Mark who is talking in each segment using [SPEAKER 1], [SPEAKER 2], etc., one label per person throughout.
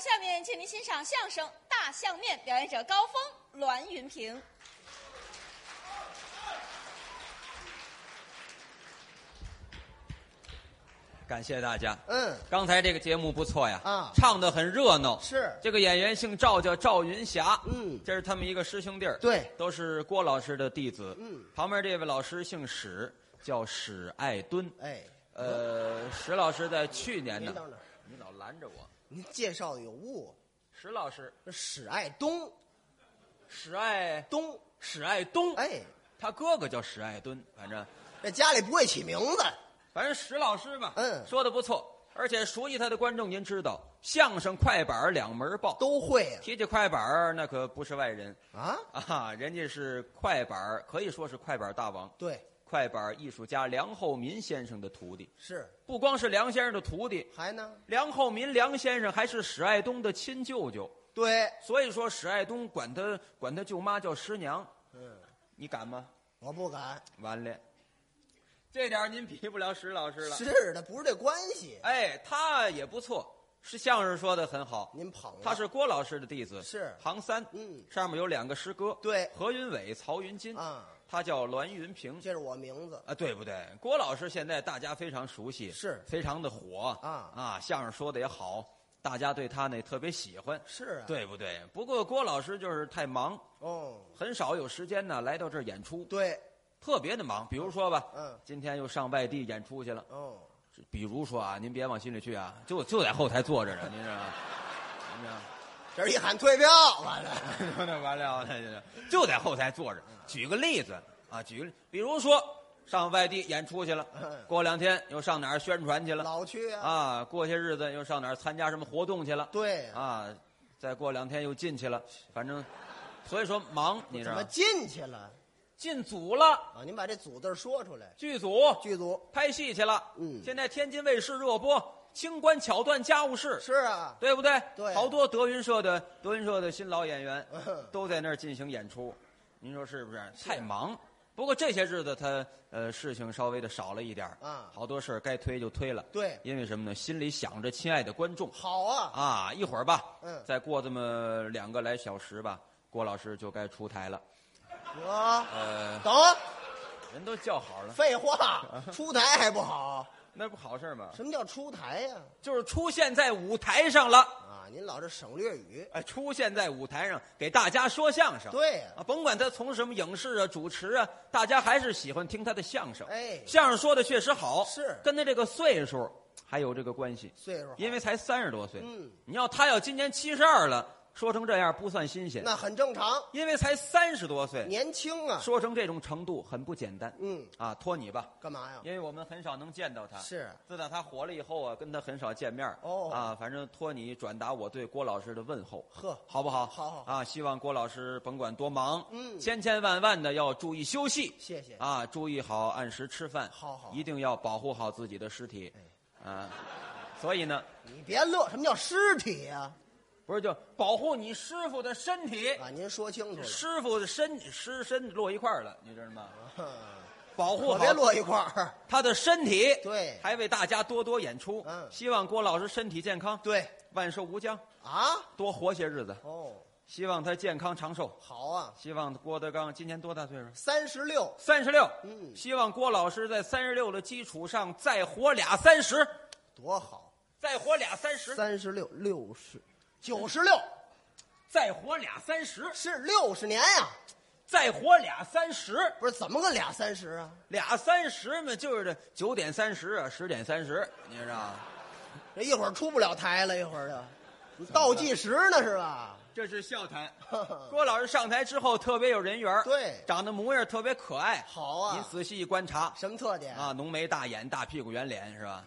[SPEAKER 1] 下面请您欣赏相声《大相面》，表演者高峰、栾云平。
[SPEAKER 2] 感谢大家。
[SPEAKER 3] 嗯，
[SPEAKER 2] 刚才这个节目不错呀，
[SPEAKER 3] 啊
[SPEAKER 2] 唱的很热闹。
[SPEAKER 3] 是
[SPEAKER 2] 这个演员姓赵，叫赵云霞。
[SPEAKER 3] 嗯
[SPEAKER 2] 这是他们一个师兄弟儿，
[SPEAKER 3] 对
[SPEAKER 2] 都是郭老师的弟子。
[SPEAKER 3] 嗯，
[SPEAKER 2] 旁边这位老师姓史，叫史爱敦。
[SPEAKER 3] 哎，
[SPEAKER 2] 呃，史老师在去年呢
[SPEAKER 3] 您等等，
[SPEAKER 2] 你老拦着我。
[SPEAKER 3] 您介绍的有误，
[SPEAKER 2] 史老师，
[SPEAKER 3] 这史爱东
[SPEAKER 2] 史爱
[SPEAKER 3] 东，
[SPEAKER 2] 史爱东，
[SPEAKER 3] 哎，
[SPEAKER 2] 他哥哥叫史爱敦，反正
[SPEAKER 3] 这家里不会起名字，
[SPEAKER 2] 反正史老师嘛，
[SPEAKER 3] 嗯
[SPEAKER 2] 说的不错。而且熟悉他的观众，您知道，相声、快板儿两门儿报。
[SPEAKER 3] 都会啊
[SPEAKER 2] 提起快板儿，那可不是外人。
[SPEAKER 3] 啊，
[SPEAKER 2] 啊，人家是快板儿，可以说是快板儿大王，
[SPEAKER 3] 对，
[SPEAKER 2] 快板儿艺术家梁厚民先生的徒弟。
[SPEAKER 3] 是
[SPEAKER 2] 不光是梁先生的徒弟，
[SPEAKER 3] 还呢，
[SPEAKER 2] 梁厚民梁先生还是史爱东的亲舅舅，
[SPEAKER 3] 对，
[SPEAKER 2] 所以说史爱东管他管他舅妈叫师娘，
[SPEAKER 3] 嗯，
[SPEAKER 2] 你敢吗？
[SPEAKER 3] 我不敢，
[SPEAKER 2] 完了，这点儿您比不了史老师了。
[SPEAKER 3] 是的，不是这关系，
[SPEAKER 2] 哎，他也不错，是相声说的很好。
[SPEAKER 3] 您捧了
[SPEAKER 2] 他是郭老师的弟子，
[SPEAKER 3] 是
[SPEAKER 2] 行三，
[SPEAKER 3] 嗯
[SPEAKER 2] 上面有两个师哥，
[SPEAKER 3] 对
[SPEAKER 2] 何云伟、曹云金，
[SPEAKER 3] 啊，
[SPEAKER 2] 他叫栾云平，
[SPEAKER 3] 这是我名字，
[SPEAKER 2] 啊，对不对？郭老师现在大家非常熟悉，
[SPEAKER 3] 是
[SPEAKER 2] 非常的火
[SPEAKER 3] 啊
[SPEAKER 2] 啊，相声说的也好，大家对他呢特别喜欢，
[SPEAKER 3] 是啊，，
[SPEAKER 2] 对不对？不过郭老师就是太忙，
[SPEAKER 3] 哦，
[SPEAKER 2] 很少有时间呢来到这儿演出，
[SPEAKER 3] 对，
[SPEAKER 2] 特别的忙。比如说吧，
[SPEAKER 3] 嗯
[SPEAKER 2] 今天又上外地演出去了。
[SPEAKER 3] 哦，
[SPEAKER 2] 比如说啊，您别往心里去啊，就就在后台坐着呢，您知道吗？您知道吗？
[SPEAKER 3] 这一喊退票啊完了，
[SPEAKER 2] 那完了，那就就在后台坐着。举个例子啊，举个例，比如说上外地演出去了，过两天又上哪儿宣传去了
[SPEAKER 3] 嗯老去啊，
[SPEAKER 2] 啊？过些日子又上哪儿参加什么活动去了？
[SPEAKER 3] 对啊，
[SPEAKER 2] 啊，再过两天又进去了，反正所以说忙，你知
[SPEAKER 3] 怎
[SPEAKER 2] 道
[SPEAKER 3] 么
[SPEAKER 2] 吗？
[SPEAKER 3] 进去了
[SPEAKER 2] 进组了，
[SPEAKER 3] 啊？您把这组字说出来，
[SPEAKER 2] 剧组
[SPEAKER 3] 剧组
[SPEAKER 2] 拍戏去了。
[SPEAKER 3] 嗯
[SPEAKER 2] 现在天津卫视热播《清官巧断家务事》，
[SPEAKER 3] 是啊，
[SPEAKER 2] 对不对？
[SPEAKER 3] 对
[SPEAKER 2] 好多德云社的德云社的新老演员
[SPEAKER 3] 嗯啊
[SPEAKER 2] 都在那儿进行演出，您说是不是？太忙。不过这些日子他呃事情稍微的少了一点儿
[SPEAKER 3] 啊
[SPEAKER 2] 好多事儿该推就推了。
[SPEAKER 3] 对
[SPEAKER 2] 因为什么呢？心里想着亲爱的观众
[SPEAKER 3] 好啊，
[SPEAKER 2] 啊，一会儿吧，
[SPEAKER 3] 嗯
[SPEAKER 2] 再过这么两个来小时吧，郭老师就该出台了。
[SPEAKER 3] 啊，
[SPEAKER 2] 呃，
[SPEAKER 3] 等。
[SPEAKER 2] 人都叫好了，
[SPEAKER 3] 废话，出台还不好？
[SPEAKER 2] 那不好事儿吗？
[SPEAKER 3] 什么叫出台呀、
[SPEAKER 2] 就是出现在舞台上了，
[SPEAKER 3] 啊？您老是省略语。
[SPEAKER 2] 哎，出现在舞台上给大家说相声。
[SPEAKER 3] 对呀、
[SPEAKER 2] 啊，甭管他从什么影视啊、主持啊，大家还是喜欢听他的相声。
[SPEAKER 3] 哎
[SPEAKER 2] 相声说的确实好，
[SPEAKER 3] 是
[SPEAKER 2] 跟他这个岁数还有这个关系，
[SPEAKER 3] 岁数好
[SPEAKER 2] 因为才三十多岁。
[SPEAKER 3] 嗯，
[SPEAKER 2] 你要他要今年七十二了，说成这样不算新鲜，
[SPEAKER 3] 那很正常，
[SPEAKER 2] 因为才三十多岁，
[SPEAKER 3] 年轻啊。
[SPEAKER 2] 说成这种程度很不简单。
[SPEAKER 3] 嗯，
[SPEAKER 2] 啊，托你吧，
[SPEAKER 3] 干嘛呀？
[SPEAKER 2] 因为我们很少能见到他。
[SPEAKER 3] 是
[SPEAKER 2] 自打他活了以后啊，跟他很少见面儿
[SPEAKER 3] 哦
[SPEAKER 2] 啊，反正托你转达我对郭老师的问候，
[SPEAKER 3] 呵
[SPEAKER 2] 好不好？
[SPEAKER 3] 好好
[SPEAKER 2] 啊，希望郭老师甭管多忙，
[SPEAKER 3] 嗯
[SPEAKER 2] 千千万万的要注意休息，
[SPEAKER 3] 谢谢
[SPEAKER 2] 啊，注意好按时吃饭，
[SPEAKER 3] 好好哎
[SPEAKER 2] 一定要保护好自己的尸体，啊，所以呢，
[SPEAKER 3] 你别乐，什么叫尸体呀、
[SPEAKER 2] 不是就保护你师傅的身体，
[SPEAKER 3] 啊？您说清楚了，
[SPEAKER 2] 师傅的身尸身落一块儿了，你知道吗？
[SPEAKER 3] 哼
[SPEAKER 2] 保护好
[SPEAKER 3] 可别摞一块儿。
[SPEAKER 2] 他的身体，
[SPEAKER 3] 对
[SPEAKER 2] 还为大家多多演出。
[SPEAKER 3] 哎嗯
[SPEAKER 2] 希望郭老师身体健康，
[SPEAKER 3] 对
[SPEAKER 2] 万寿无疆，
[SPEAKER 3] 啊，
[SPEAKER 2] 多活些日子。
[SPEAKER 3] 哦，
[SPEAKER 2] 希望他健康长寿。
[SPEAKER 3] 好啊，
[SPEAKER 2] 希望郭德纲今年多大岁数？
[SPEAKER 3] 三十六，
[SPEAKER 2] 三十六。
[SPEAKER 3] 嗯
[SPEAKER 2] 希望郭老师在三十六的基础上再活俩三十，
[SPEAKER 3] 多好，
[SPEAKER 2] 再活俩三十，
[SPEAKER 3] 三十六六十，九十六
[SPEAKER 2] 再活俩三十，
[SPEAKER 3] 是六十年呀、
[SPEAKER 2] 再活俩三十，
[SPEAKER 3] 不是怎么个俩三十啊？
[SPEAKER 2] 俩三十嘛，就是这九点三十啊，十点三十，你知道吗？
[SPEAKER 3] 这一会儿出不了台了，一会儿就，你倒计时呢 是吧？
[SPEAKER 2] 这是笑谈。郭老师上台之后特别有人缘儿
[SPEAKER 3] 嗯对
[SPEAKER 2] 长得模样特别可爱。
[SPEAKER 3] 好啊
[SPEAKER 2] 您仔细一观察
[SPEAKER 3] 什么特点
[SPEAKER 2] 啊，？浓眉大眼、大屁股、圆脸是吧？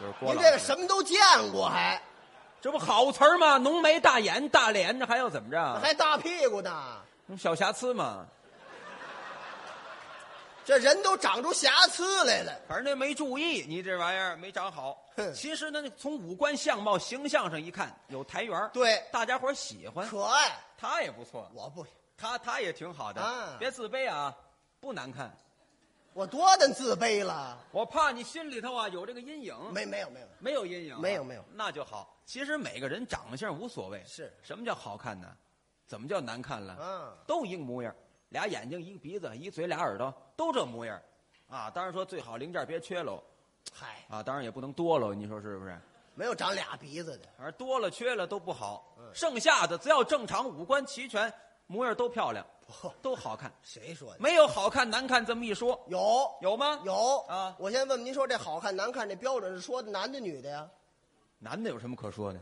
[SPEAKER 2] 就是郭
[SPEAKER 3] 您
[SPEAKER 2] 老师。
[SPEAKER 3] 这个什么都见过还，
[SPEAKER 2] 这不好词儿吗？浓眉大眼、大脸，这还要怎么着啊？
[SPEAKER 3] 还大屁股呢？
[SPEAKER 2] 小瑕疵嘛，
[SPEAKER 3] 这人都长出瑕疵来了。
[SPEAKER 2] 反正那没注意，你这玩意儿没长好
[SPEAKER 3] 哼。
[SPEAKER 2] 其实呢，从五官、相貌、形象上一看，有台缘儿
[SPEAKER 3] 对
[SPEAKER 2] 大家伙儿喜欢。
[SPEAKER 3] 可爱，
[SPEAKER 2] 他也不错，
[SPEAKER 3] 我不
[SPEAKER 2] 他他也挺好的
[SPEAKER 3] 啊，
[SPEAKER 2] 别自卑啊，不难看。
[SPEAKER 3] 我多大自卑了？
[SPEAKER 2] 我怕你心里头啊有这个阴影，
[SPEAKER 3] 没没有没有，
[SPEAKER 2] 没有阴影啊、
[SPEAKER 3] 没有没有
[SPEAKER 2] 那就好。其实每个人长相无所谓，
[SPEAKER 3] 是
[SPEAKER 2] 什么叫好看呢？怎么叫难看了？
[SPEAKER 3] 嗯
[SPEAKER 2] 都一个模样，俩眼睛，一个鼻子，一嘴，俩耳朵，都这模样，啊，当然说最好零件别缺喽，
[SPEAKER 3] 嗨，
[SPEAKER 2] 啊，当然也不能多喽，你说是不是？
[SPEAKER 3] 没有长俩鼻子的，
[SPEAKER 2] 反正多了缺了都不好，
[SPEAKER 3] 嗯
[SPEAKER 2] 剩下的只要正常，五官齐全，模样都漂亮，
[SPEAKER 3] 嚯
[SPEAKER 2] 都好看，
[SPEAKER 3] 谁说的？
[SPEAKER 2] 没有好看难看这么一说，
[SPEAKER 3] 有
[SPEAKER 2] 有吗？
[SPEAKER 3] 有
[SPEAKER 2] 啊
[SPEAKER 3] 我先问您说这好看难看这标准是说的男的女的呀？
[SPEAKER 2] 男的有什么可说的？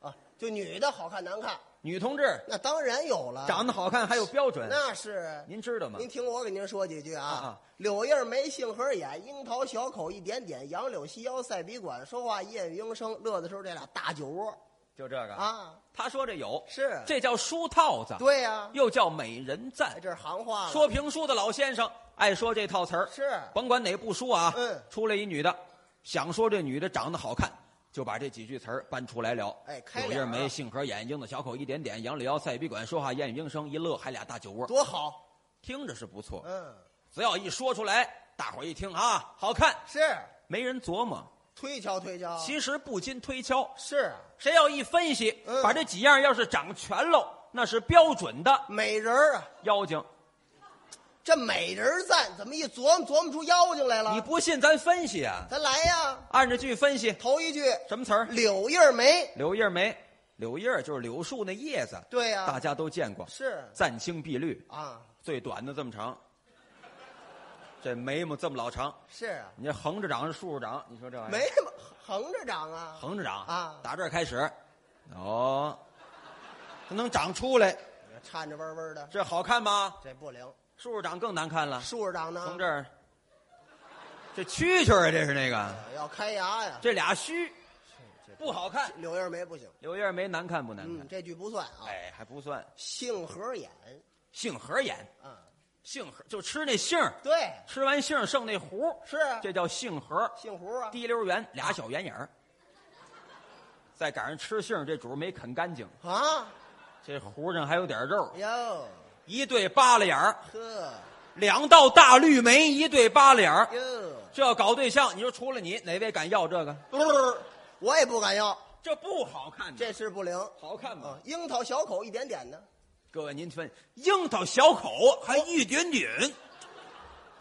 [SPEAKER 3] 啊，就女的好看难看，
[SPEAKER 2] 女同志
[SPEAKER 3] 那当然有了，
[SPEAKER 2] 长得好看还有标准，
[SPEAKER 3] 那是。
[SPEAKER 2] 您知道吗
[SPEAKER 3] 您？听我给您说几句啊！
[SPEAKER 2] 啊
[SPEAKER 3] 柳叶眉，杏核眼，樱桃小口一点点，杨柳细腰赛笔管，说话燕语莺声，乐的时候这俩大酒窝
[SPEAKER 2] 就这个，
[SPEAKER 3] 啊！
[SPEAKER 2] 他说这有，
[SPEAKER 3] 是
[SPEAKER 2] 这叫书套子，
[SPEAKER 3] 对呀、
[SPEAKER 2] 又叫美人赞
[SPEAKER 3] 哎，。这是行话了
[SPEAKER 2] 说评书的老先生爱说这套词儿，
[SPEAKER 3] 是
[SPEAKER 2] 甭管哪部书啊，
[SPEAKER 3] 嗯
[SPEAKER 2] 出来一女的，想说这女的长得好看，就把这几句词儿搬出来了。
[SPEAKER 3] 哎开
[SPEAKER 2] 柳
[SPEAKER 3] 脸
[SPEAKER 2] 叶
[SPEAKER 3] 儿啊
[SPEAKER 2] 眉、杏核眼、睛的小口一点点，杨柳腰、赛笔管，说话燕语莺声，一乐还俩大酒窝，
[SPEAKER 3] 多好，
[SPEAKER 2] 听着是不错。
[SPEAKER 3] 嗯，
[SPEAKER 2] 只要一说出来，大伙儿一听啊，好看，
[SPEAKER 3] 是
[SPEAKER 2] 没人琢磨，
[SPEAKER 3] 推敲推敲，
[SPEAKER 2] 其实不禁推敲。
[SPEAKER 3] 是
[SPEAKER 2] 谁要一分析，
[SPEAKER 3] 嗯
[SPEAKER 2] 把这几样要是长全喽，那是标准的
[SPEAKER 3] 美人儿啊，
[SPEAKER 2] 妖精。
[SPEAKER 3] 这美人儿赞怎么一琢磨琢磨出妖精来了？
[SPEAKER 2] 你不信，咱分析啊，
[SPEAKER 3] 咱来呀，
[SPEAKER 2] 按着句分析，
[SPEAKER 3] 头一句
[SPEAKER 2] 什么词儿？
[SPEAKER 3] 柳叶眉，
[SPEAKER 2] 柳叶眉，柳叶就是柳树那叶子，
[SPEAKER 3] 对呀、
[SPEAKER 2] 大家都见过，
[SPEAKER 3] 是
[SPEAKER 2] 湛青碧绿，
[SPEAKER 3] 啊，
[SPEAKER 2] 最短的这么长，这眉毛这么老长，
[SPEAKER 3] 是啊，
[SPEAKER 2] 你这横着长，竖着长，你说这玩意儿
[SPEAKER 3] 眉毛横着长啊，
[SPEAKER 2] 横着长
[SPEAKER 3] 啊
[SPEAKER 2] 打这儿开始，哦，它能长出来，
[SPEAKER 3] 颤颤巍巍的，
[SPEAKER 2] 这好看吗？
[SPEAKER 3] 这不灵。
[SPEAKER 2] 竖着长更难看了，
[SPEAKER 3] 树上长呢，
[SPEAKER 2] 从这儿，这蛐蛐儿啊，这是那个，
[SPEAKER 3] 要开牙呀，
[SPEAKER 2] 这俩须不好看，
[SPEAKER 3] 柳叶眉不行。
[SPEAKER 2] 柳叶眉难看不难
[SPEAKER 3] 嗯
[SPEAKER 2] 看，？
[SPEAKER 3] 这句不算啊。
[SPEAKER 2] 哎，还不算，
[SPEAKER 3] 杏核眼
[SPEAKER 2] 杏核眼。
[SPEAKER 3] 啊，
[SPEAKER 2] 杏核就吃那杏儿，
[SPEAKER 3] 对，
[SPEAKER 2] 吃完杏儿剩那核，
[SPEAKER 3] 是啊，
[SPEAKER 2] 这叫杏核。
[SPEAKER 3] 杏核啊，
[SPEAKER 2] 滴溜圆，俩小圆眼儿。再赶上吃杏儿，这主儿没啃干净，
[SPEAKER 3] 啊，
[SPEAKER 2] 这核上还有点肉。
[SPEAKER 3] 哟
[SPEAKER 2] 一对扒拉眼儿，
[SPEAKER 3] 呵
[SPEAKER 2] 两道大绿眉，一对扒拉眼儿。
[SPEAKER 3] 哟，
[SPEAKER 2] 这要搞对象，你说除了你，哪位敢要这个？
[SPEAKER 3] 不是不是，不嗯是我也不敢要，
[SPEAKER 2] 这不好看呐，
[SPEAKER 3] 这是不灵
[SPEAKER 2] 好看吗？
[SPEAKER 3] 啊。樱桃小口一点点的，
[SPEAKER 2] 各位您分，樱桃小口还一点点，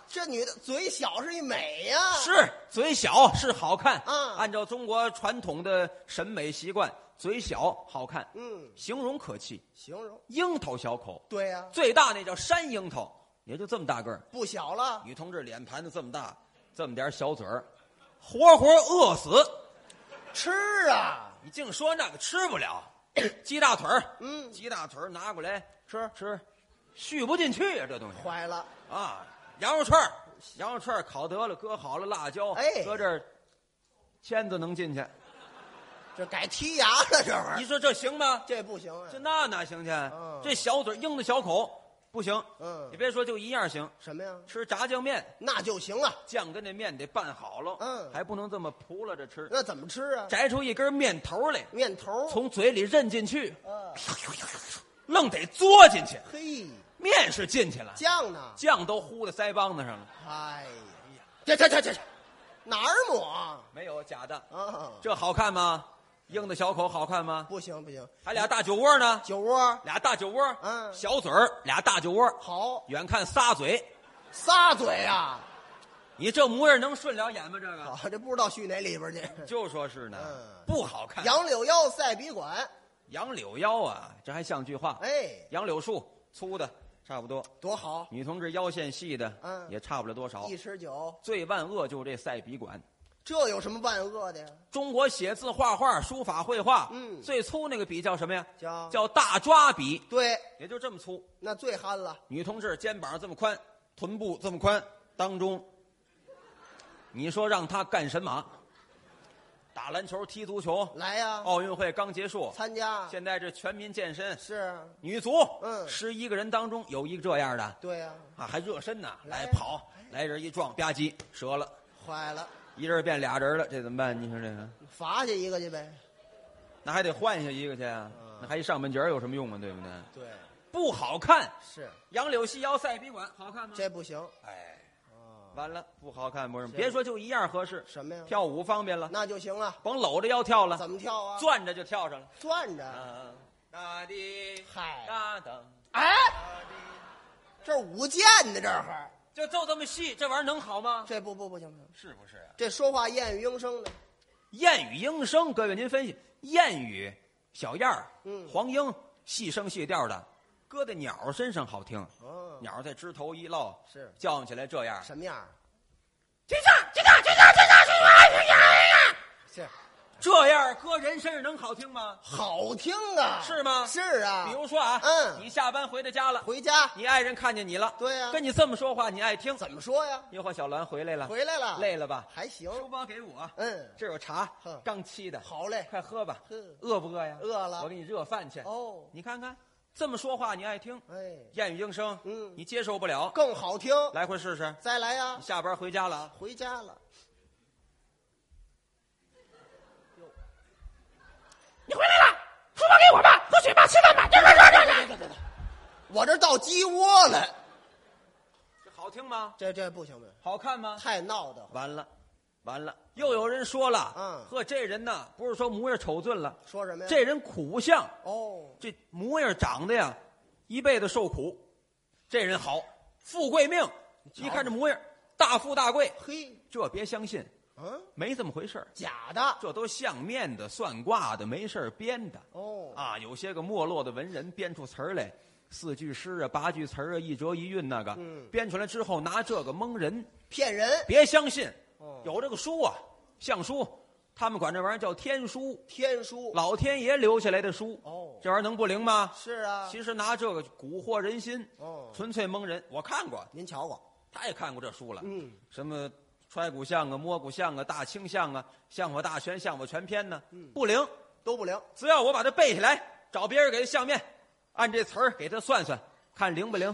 [SPEAKER 3] 这女的嘴小是一美呀，
[SPEAKER 2] 是嘴
[SPEAKER 3] 嗯
[SPEAKER 2] 小是好看
[SPEAKER 3] 啊
[SPEAKER 2] 按照中国传统的审美习惯，嘴小好看，
[SPEAKER 3] 嗯，
[SPEAKER 2] 形容可气，
[SPEAKER 3] 形容
[SPEAKER 2] 樱桃小口，
[SPEAKER 3] 对呀，
[SPEAKER 2] 最大那叫山樱桃，也就这么大个儿。
[SPEAKER 3] 不小了，
[SPEAKER 2] 女同志脸盘子这么大，这么点儿小嘴儿，活活饿死。
[SPEAKER 3] 吃啊，
[SPEAKER 2] 你净说那个吃不 了，鸡大腿儿，
[SPEAKER 3] 嗯
[SPEAKER 2] 鸡大腿儿拿过来
[SPEAKER 3] 吃
[SPEAKER 2] 吃，续不进去啊，这东西
[SPEAKER 3] 坏了，
[SPEAKER 2] 啊。羊肉串儿，羊肉串儿烤得了，搁好了辣椒，
[SPEAKER 3] 哎
[SPEAKER 2] 搁这儿，签子能进去。
[SPEAKER 3] 这改剔牙了，这玩
[SPEAKER 2] 你
[SPEAKER 3] 意儿，
[SPEAKER 2] 说这行吗？
[SPEAKER 3] 这不行
[SPEAKER 2] 这
[SPEAKER 3] 啊，
[SPEAKER 2] 那哪行去？这小嘴儿硬的小口不行。
[SPEAKER 3] 嗯
[SPEAKER 2] 你别说就一样行，
[SPEAKER 3] 什么呀？
[SPEAKER 2] 吃炸酱面。
[SPEAKER 3] 那就行了，
[SPEAKER 2] 酱跟这面得拌好了，
[SPEAKER 3] 嗯
[SPEAKER 2] 还不能这么扑了着吃，
[SPEAKER 3] 那怎么吃啊？
[SPEAKER 2] 摘出一根面头来，
[SPEAKER 3] 面头，
[SPEAKER 2] 从嘴里认进去，
[SPEAKER 3] 嗯，
[SPEAKER 2] 愣得嘬进去，
[SPEAKER 3] 嘿，
[SPEAKER 2] 面是进去了，
[SPEAKER 3] 酱呢？
[SPEAKER 2] 酱都糊在腮帮子上了，
[SPEAKER 3] 哎呀，这这这这这哪儿抹啊？
[SPEAKER 2] 没有假的，
[SPEAKER 3] 啊，
[SPEAKER 2] 这好看吗？硬的小口好看吗？
[SPEAKER 3] 不行不行，
[SPEAKER 2] 还俩大酒窝呢，
[SPEAKER 3] 酒窝
[SPEAKER 2] 俩大酒窝，
[SPEAKER 3] 嗯
[SPEAKER 2] 小嘴儿俩大酒窝，
[SPEAKER 3] 好，
[SPEAKER 2] 远看仨嘴，
[SPEAKER 3] 仨嘴啊！
[SPEAKER 2] 你这模样能顺了眼吗？这个
[SPEAKER 3] 好，这不知道去哪里边去。
[SPEAKER 2] 就说是呢，
[SPEAKER 3] 嗯
[SPEAKER 2] 不好看。
[SPEAKER 3] 杨柳腰赛笔管，
[SPEAKER 2] 杨柳腰啊，这还像句话，
[SPEAKER 3] 哎，
[SPEAKER 2] 杨柳树粗的差不多。
[SPEAKER 3] 多好！
[SPEAKER 2] 女同志腰线细的，
[SPEAKER 3] 嗯
[SPEAKER 2] 也差不了多少
[SPEAKER 3] 一。尺九，
[SPEAKER 2] 最万恶就这赛笔管。
[SPEAKER 3] 这有什么万恶的呀？
[SPEAKER 2] 中国写字、画画、书法、绘画，
[SPEAKER 3] 嗯啊
[SPEAKER 2] 最粗那个笔叫什么呀？
[SPEAKER 3] 叫
[SPEAKER 2] 叫大抓笔，
[SPEAKER 3] 对，
[SPEAKER 2] 也就这么粗。
[SPEAKER 3] 那最憨了，
[SPEAKER 2] 女同志肩膀这么宽，臀部这么宽，当中，你说让她干神马？打篮球、踢足球，
[SPEAKER 3] 来呀，
[SPEAKER 2] 奥运会刚结束，
[SPEAKER 3] 嗯参加
[SPEAKER 2] 哦现在这全民健身，
[SPEAKER 3] 是，
[SPEAKER 2] 女足，
[SPEAKER 3] 嗯
[SPEAKER 2] 十一个人当中有一个这样的，
[SPEAKER 3] 对呀，
[SPEAKER 2] 啊，还热身呢，
[SPEAKER 3] 来
[SPEAKER 2] 来
[SPEAKER 3] 呀
[SPEAKER 2] 跑，来人一撞，吧唧折了，
[SPEAKER 3] 坏了，
[SPEAKER 2] 一人变俩人了，这怎么办？你说这个，
[SPEAKER 3] 罚下一个去呗。
[SPEAKER 2] 那还得换下一个去啊，那还一上半截儿有什么用啊？对不对？
[SPEAKER 3] 对，
[SPEAKER 2] 不好看，
[SPEAKER 3] 是
[SPEAKER 2] 杨柳细腰赛笔管好看吗？
[SPEAKER 3] 这不行
[SPEAKER 2] 哎，
[SPEAKER 3] 啊，
[SPEAKER 2] 完了不好看，不是？
[SPEAKER 3] 是
[SPEAKER 2] 别说就一样合适，
[SPEAKER 3] 什么呀？
[SPEAKER 2] 跳舞方便了，
[SPEAKER 3] 那就行了。
[SPEAKER 2] 甭搂着腰跳了，
[SPEAKER 3] 怎么跳啊？
[SPEAKER 2] 攥着就跳上了。
[SPEAKER 3] 转着。
[SPEAKER 2] 嗯，大地
[SPEAKER 3] 嗨，
[SPEAKER 2] 大等，
[SPEAKER 3] 哎，这是舞剑呢，这会
[SPEAKER 2] 就就这么细，这玩意儿能好吗？
[SPEAKER 3] 这不不不行不行，
[SPEAKER 2] 是不是啊？
[SPEAKER 3] 这说话燕语莺声的，
[SPEAKER 2] 燕语莺声，各位您分析，燕语小燕儿，
[SPEAKER 3] 嗯
[SPEAKER 2] 黄莺细声细调的，搁在鸟儿身上好听。
[SPEAKER 3] 嗯，
[SPEAKER 2] 鸟儿在枝头一落，
[SPEAKER 3] 是
[SPEAKER 2] 叫唤起来这样。
[SPEAKER 3] 什么样啊儿？
[SPEAKER 2] 这样，这样，这样，这样，这
[SPEAKER 3] 哎
[SPEAKER 2] 样，这样，
[SPEAKER 3] 是
[SPEAKER 2] 这样搁人身上能好听吗？
[SPEAKER 3] 好听啊，
[SPEAKER 2] 是吗
[SPEAKER 3] 是啊，
[SPEAKER 2] 比如说啊，
[SPEAKER 3] 嗯
[SPEAKER 2] 你下班回到家了，
[SPEAKER 3] 回家
[SPEAKER 2] 你爱人看见你了，
[SPEAKER 3] 对呀
[SPEAKER 2] 跟你这么说话，你爱听。
[SPEAKER 3] 怎么说呀？
[SPEAKER 2] 哟呵，小兰回来了，
[SPEAKER 3] 回来了，
[SPEAKER 2] 累了吧？
[SPEAKER 3] 还行，
[SPEAKER 2] 书包给我，
[SPEAKER 3] 嗯，
[SPEAKER 2] 这有茶
[SPEAKER 3] 哼，
[SPEAKER 2] 刚沏的，
[SPEAKER 3] 好嘞，
[SPEAKER 2] 快喝吧。
[SPEAKER 3] 哼
[SPEAKER 2] 饿不饿呀？
[SPEAKER 3] 饿了
[SPEAKER 2] 我给你热饭去。
[SPEAKER 3] 哦，
[SPEAKER 2] 你看看，这么说话你爱听，
[SPEAKER 3] 哎，
[SPEAKER 2] 燕语莺声，
[SPEAKER 3] 嗯
[SPEAKER 2] 你接受不了，
[SPEAKER 3] 更好听，
[SPEAKER 2] 来回试试。
[SPEAKER 3] 再来呀
[SPEAKER 2] 你，下班回家了啊，
[SPEAKER 3] 回家了，
[SPEAKER 2] 你回来了，书包给我吧，喝水吧，吃饭吧，这
[SPEAKER 3] 我这到鸡窝了，
[SPEAKER 2] 好听吗？
[SPEAKER 3] 这这不行不行，
[SPEAKER 2] 好看吗？
[SPEAKER 3] 太闹的，
[SPEAKER 2] 完了，完了，又有人说了，
[SPEAKER 3] 嗯
[SPEAKER 2] 呵，这人呐，不是说模样丑俊了，
[SPEAKER 3] 说什么呀？
[SPEAKER 2] 这人苦相，
[SPEAKER 3] 哦，
[SPEAKER 2] 这模样长得呀，一辈子受苦，这人好，富贵命，一看这模样，大富大贵，
[SPEAKER 3] 嘿，
[SPEAKER 2] 这别相信，
[SPEAKER 3] 嗯，
[SPEAKER 2] 没这么回事儿
[SPEAKER 3] 假的，
[SPEAKER 2] 这都相面的、算卦的，没事儿编的。
[SPEAKER 3] 哦，
[SPEAKER 2] 啊，有些个没落的文人编出词儿来，四句诗啊、八句词儿啊、一折一韵那个，
[SPEAKER 3] 嗯
[SPEAKER 2] 编出来之后拿这个蒙人，
[SPEAKER 3] 骗人，
[SPEAKER 2] 别相信
[SPEAKER 3] 哦，
[SPEAKER 2] 有这个书啊，相书，他们管这玩意儿叫天书，
[SPEAKER 3] 天书，
[SPEAKER 2] 老天爷留下来的书，
[SPEAKER 3] 哦
[SPEAKER 2] 这玩意儿能不灵吗？
[SPEAKER 3] 是啊，
[SPEAKER 2] 其实拿这个蛊惑人心，
[SPEAKER 3] 哦
[SPEAKER 2] 纯粹蒙人。我看过，
[SPEAKER 3] 您瞧过，
[SPEAKER 2] 他也看过这书了，
[SPEAKER 3] 嗯，
[SPEAKER 2] 什么揣骨相啊、摸骨相啊、大清相啊、相法大全、相法全篇呢，
[SPEAKER 3] 嗯
[SPEAKER 2] 不灵。
[SPEAKER 3] 都不灵，
[SPEAKER 2] 只要我把它背下来，找别人给他相面，按这词儿给他算算，看灵不灵。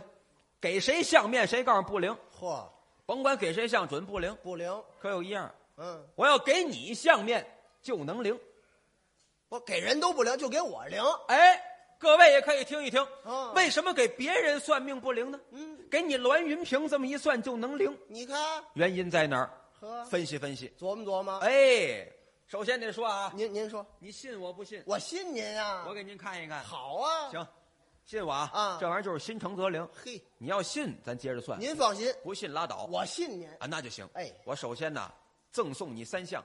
[SPEAKER 2] 给谁相面，谁告诉不灵，
[SPEAKER 3] 嚯，
[SPEAKER 2] 甭管给谁相准不灵。
[SPEAKER 3] 不灵，
[SPEAKER 2] 可有一样，
[SPEAKER 3] 嗯，
[SPEAKER 2] 我要给你相面就能灵。
[SPEAKER 3] 我给人都不灵，就给我灵，
[SPEAKER 2] 哎，各位也可以听一听，
[SPEAKER 3] 嗯
[SPEAKER 2] 为什么给别人算命不灵呢？
[SPEAKER 3] 嗯，
[SPEAKER 2] 给你栾云平这么一算就能灵，
[SPEAKER 3] 你看，
[SPEAKER 2] 原因在哪儿？
[SPEAKER 3] 呵，哦
[SPEAKER 2] 分析分析。
[SPEAKER 3] 琢磨琢磨，
[SPEAKER 2] 哎，首先得说啊，
[SPEAKER 3] 您您说，
[SPEAKER 2] 你信我不信？
[SPEAKER 3] 我信您啊呀
[SPEAKER 2] 我，给您看一看。
[SPEAKER 3] 好啊，，
[SPEAKER 2] 行，信我啊！
[SPEAKER 3] 啊
[SPEAKER 2] 这玩意儿就是心诚则灵。
[SPEAKER 3] 嘿，
[SPEAKER 2] 你要信，咱接着算；
[SPEAKER 3] 您放心，
[SPEAKER 2] 不信拉倒。
[SPEAKER 3] 我信您，
[SPEAKER 2] 啊，那就行。
[SPEAKER 3] 哎
[SPEAKER 2] 我首先呢，赠送你三项，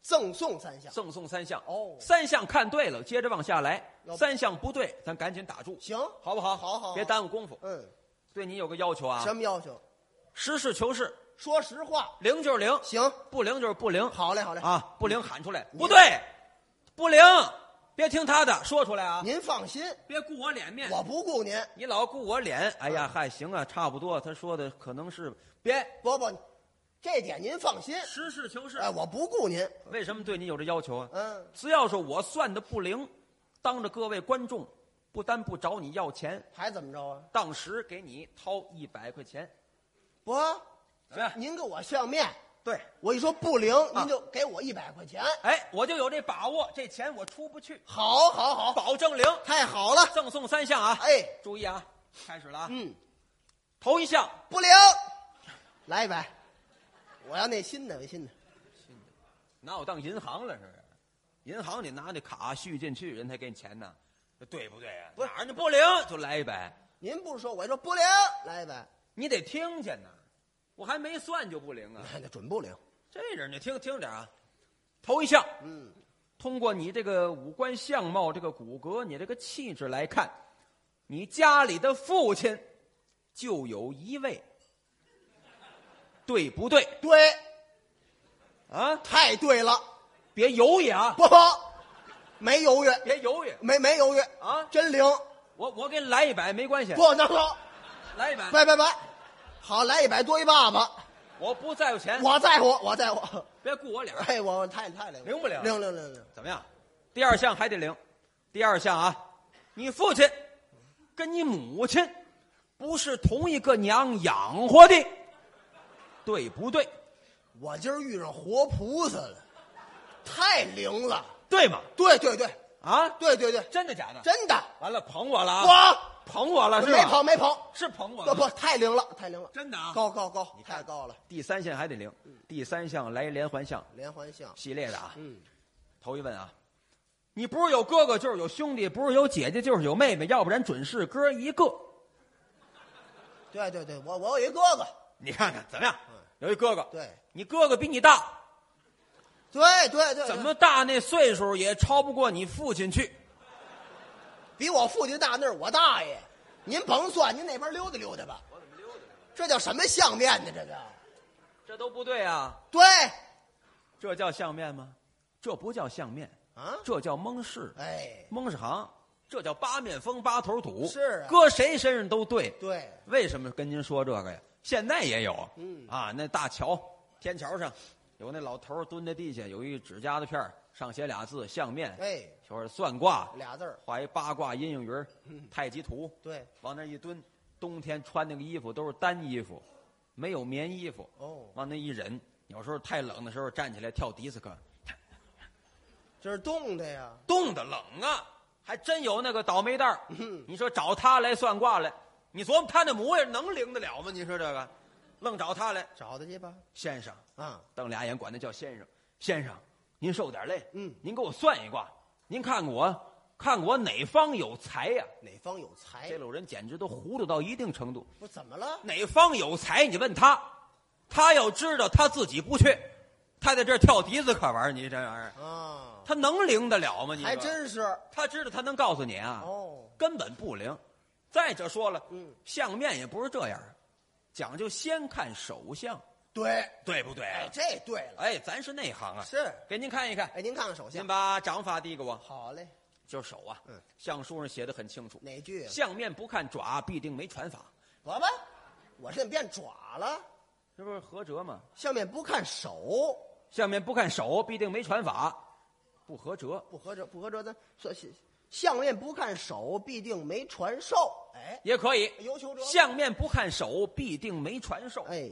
[SPEAKER 3] 赠送三项，
[SPEAKER 2] 赠送三项。
[SPEAKER 3] 哎哦
[SPEAKER 2] 三项看对了，接着往下来
[SPEAKER 3] 要；不
[SPEAKER 2] 三项不对，咱赶紧打住，
[SPEAKER 3] 行，
[SPEAKER 2] 好不好？
[SPEAKER 3] 好好好
[SPEAKER 2] 别耽误功夫。
[SPEAKER 3] 嗯，
[SPEAKER 2] 对你有个要求啊，
[SPEAKER 3] 什么要求？
[SPEAKER 2] 实事求是，
[SPEAKER 3] 说实话，
[SPEAKER 2] 灵就是灵，
[SPEAKER 3] 行，
[SPEAKER 2] 不灵就是不灵。
[SPEAKER 3] 好嘞，好嘞，
[SPEAKER 2] 啊，不灵喊出来，
[SPEAKER 3] 你
[SPEAKER 2] 不对，不灵，别听他的，说出来啊，
[SPEAKER 3] 您放心，
[SPEAKER 2] 别顾我脸面。
[SPEAKER 3] 我不顾您，
[SPEAKER 2] 你老顾我脸，哎呀，嗨，行啊，差不多。他说的可能是别
[SPEAKER 3] 伯伯，这点您放心，
[SPEAKER 2] 实事求是
[SPEAKER 3] 哎，我不顾您，
[SPEAKER 2] 为什么对你有这要求啊？
[SPEAKER 3] 嗯，
[SPEAKER 2] 只要是我算的不灵，当着各位观众，不单不找你要钱，
[SPEAKER 3] 还怎么着啊？
[SPEAKER 2] 当时给你掏一百块钱。
[SPEAKER 3] 不，
[SPEAKER 2] 怎么样？
[SPEAKER 3] 您给我相面，
[SPEAKER 2] 对，
[SPEAKER 3] 我一说不灵，
[SPEAKER 2] 啊
[SPEAKER 3] 您就给我一百块钱，
[SPEAKER 2] 哎，我就有这把握，这钱我出不去，
[SPEAKER 3] 好，好，好，
[SPEAKER 2] 保证灵。
[SPEAKER 3] 太好了，
[SPEAKER 2] 赠送三项啊，
[SPEAKER 3] 哎，
[SPEAKER 2] 注意啊，开始了啊。
[SPEAKER 3] 嗯，
[SPEAKER 2] 头一项，
[SPEAKER 3] 不灵，来一百，我要那新的，那新的，
[SPEAKER 2] 拿我当银行了是不是？银行你拿那卡续进去，人才给你钱呢，这对不对啊？
[SPEAKER 3] 不是
[SPEAKER 2] 哪儿呢不灵就来一百，
[SPEAKER 3] 您不说，我说不灵，来 一百，
[SPEAKER 2] 你得听见呐，我还没算就不灵啊。
[SPEAKER 3] 哎那准不灵，
[SPEAKER 2] 这人你听听着啊，头一项，
[SPEAKER 3] 嗯，
[SPEAKER 2] 通过你这个五官相貌、这个骨骼、你这个气质来看，你家里的父亲就有一位，对不对
[SPEAKER 3] 对，
[SPEAKER 2] 啊？
[SPEAKER 3] 太对了，
[SPEAKER 2] 别犹豫啊，
[SPEAKER 3] 不好，没犹豫，
[SPEAKER 2] 别犹豫，
[SPEAKER 3] 没没犹豫
[SPEAKER 2] 啊
[SPEAKER 3] 真灵，
[SPEAKER 2] 我我给你来一百没关系，
[SPEAKER 3] 不能够，
[SPEAKER 2] 来一百，
[SPEAKER 3] 拜拜拜，好，来一百多一爸 爸，
[SPEAKER 2] 我不在乎钱，
[SPEAKER 3] 我在乎，我在乎，
[SPEAKER 2] 别顾我脸儿，
[SPEAKER 3] 哎，我我太太灵了，
[SPEAKER 2] 灵不灵
[SPEAKER 3] 灵灵灵灵，
[SPEAKER 2] 怎么样？第二项还得灵，第二项啊，你父亲跟你母亲不是同一个娘养活的，对不对？
[SPEAKER 3] 我今儿遇上活菩萨了，太灵了，
[SPEAKER 2] 对吗？
[SPEAKER 3] 对对对，
[SPEAKER 2] 啊？
[SPEAKER 3] 对对对，
[SPEAKER 2] 真的假的？
[SPEAKER 3] 真的，
[SPEAKER 2] 完了，捧我了啊！
[SPEAKER 3] 我
[SPEAKER 2] 捧我了是吧？
[SPEAKER 3] 没捧没捧，
[SPEAKER 2] 是捧我
[SPEAKER 3] 不
[SPEAKER 2] 了，
[SPEAKER 3] 不太灵了，太灵了，
[SPEAKER 2] 真的啊！
[SPEAKER 3] 高高高，
[SPEAKER 2] 看
[SPEAKER 3] 太高了，
[SPEAKER 2] 第三线还得灵，第三项来连环项
[SPEAKER 3] 连环像，
[SPEAKER 2] 系列的啊。
[SPEAKER 3] 嗯，
[SPEAKER 2] 头一问啊，你不是有哥哥就是有兄弟，不是有姐姐就是有妹妹，要不然准是哥一个。
[SPEAKER 3] 嗯对对对，我我有一哥哥，
[SPEAKER 2] 你看看怎么样
[SPEAKER 3] 嗯？
[SPEAKER 2] 有一哥哥，
[SPEAKER 3] 对
[SPEAKER 2] 你哥哥比你大，
[SPEAKER 3] 对对 对，
[SPEAKER 2] 怎么大那岁数也超不过你父亲去。
[SPEAKER 3] 比我父亲大？那是我大爷，您甭算，您那边溜达溜达吧。我怎么溜达？这叫什么相面呢？这叫
[SPEAKER 2] 这都不对啊！
[SPEAKER 3] 对
[SPEAKER 2] 这叫相面吗？这不叫相面，
[SPEAKER 3] 啊，
[SPEAKER 2] 这叫蒙氏，
[SPEAKER 3] 哎，
[SPEAKER 2] 蒙氏行，这叫八面风八头土。
[SPEAKER 3] 是啊
[SPEAKER 2] 搁谁身上都对。
[SPEAKER 3] 对，
[SPEAKER 2] 为什么跟您说这个呀？现在也有，
[SPEAKER 3] 嗯
[SPEAKER 2] 啊，那大桥天桥上有那老头儿蹲在地下，有一指甲的片儿上写俩字“相面”，
[SPEAKER 3] 哎，
[SPEAKER 2] 就是算卦，
[SPEAKER 3] 俩字儿，
[SPEAKER 2] 画一八卦阴影云儿、太极图，
[SPEAKER 3] 对，
[SPEAKER 2] 往那一蹲。冬天穿那个衣服都是单衣服，没有棉衣服，
[SPEAKER 3] 哦，
[SPEAKER 2] 往那一忍，有时候太冷的时候站起来跳迪斯科，
[SPEAKER 3] 这是冻的呀，
[SPEAKER 2] 冻得冷啊，还真有那个倒霉蛋儿。你说找他来算卦来，你琢磨他那模样能灵得了吗？你说这个，愣找他来，
[SPEAKER 3] 找他去吧。
[SPEAKER 2] 先生，
[SPEAKER 3] 啊，
[SPEAKER 2] 瞪俩眼管他叫先生，先生，您受点累，
[SPEAKER 3] 嗯
[SPEAKER 2] 您给我算一卦，您看我，看我哪方有财呀、
[SPEAKER 3] 哪方有财
[SPEAKER 2] 这？种人简直都糊涂到一定程度，
[SPEAKER 3] 不怎么了？
[SPEAKER 2] 哪方有财？你问他，他要知道他自己不去，他在这儿跳迪斯可玩儿，你这玩意儿，
[SPEAKER 3] 啊，
[SPEAKER 2] 他能灵得了吗？你说
[SPEAKER 3] 还，真是
[SPEAKER 2] 他知道他能告诉你啊，
[SPEAKER 3] 哦，
[SPEAKER 2] 根本不灵。再者说了，
[SPEAKER 3] 嗯，
[SPEAKER 2] 相面也不是这样，讲究先看手相，
[SPEAKER 3] 对，
[SPEAKER 2] 对不对？
[SPEAKER 3] 哎，这对了，
[SPEAKER 2] 哎，咱是内行啊，
[SPEAKER 3] 是，
[SPEAKER 2] 给您看一看。
[SPEAKER 3] 哎，您看看手
[SPEAKER 2] 您
[SPEAKER 3] 相，
[SPEAKER 2] 把掌法递给我，
[SPEAKER 3] 好嘞，
[SPEAKER 2] 就是手啊。
[SPEAKER 3] 嗯，
[SPEAKER 2] 相书上写的很清楚，
[SPEAKER 3] 哪句？啊
[SPEAKER 2] 相面不看爪，必定没传法，
[SPEAKER 3] 我吧，我这变爪了，
[SPEAKER 2] 这不是合辙吗？
[SPEAKER 3] 下面不看手，
[SPEAKER 2] 相面不看手，必定没传法，不合辙。
[SPEAKER 3] 不合辙，不合辙，咱说相相面不看手，必定没传授。哎，
[SPEAKER 2] 也可以，
[SPEAKER 3] 有求者
[SPEAKER 2] 相面不看手，必定没传授。
[SPEAKER 3] 哎，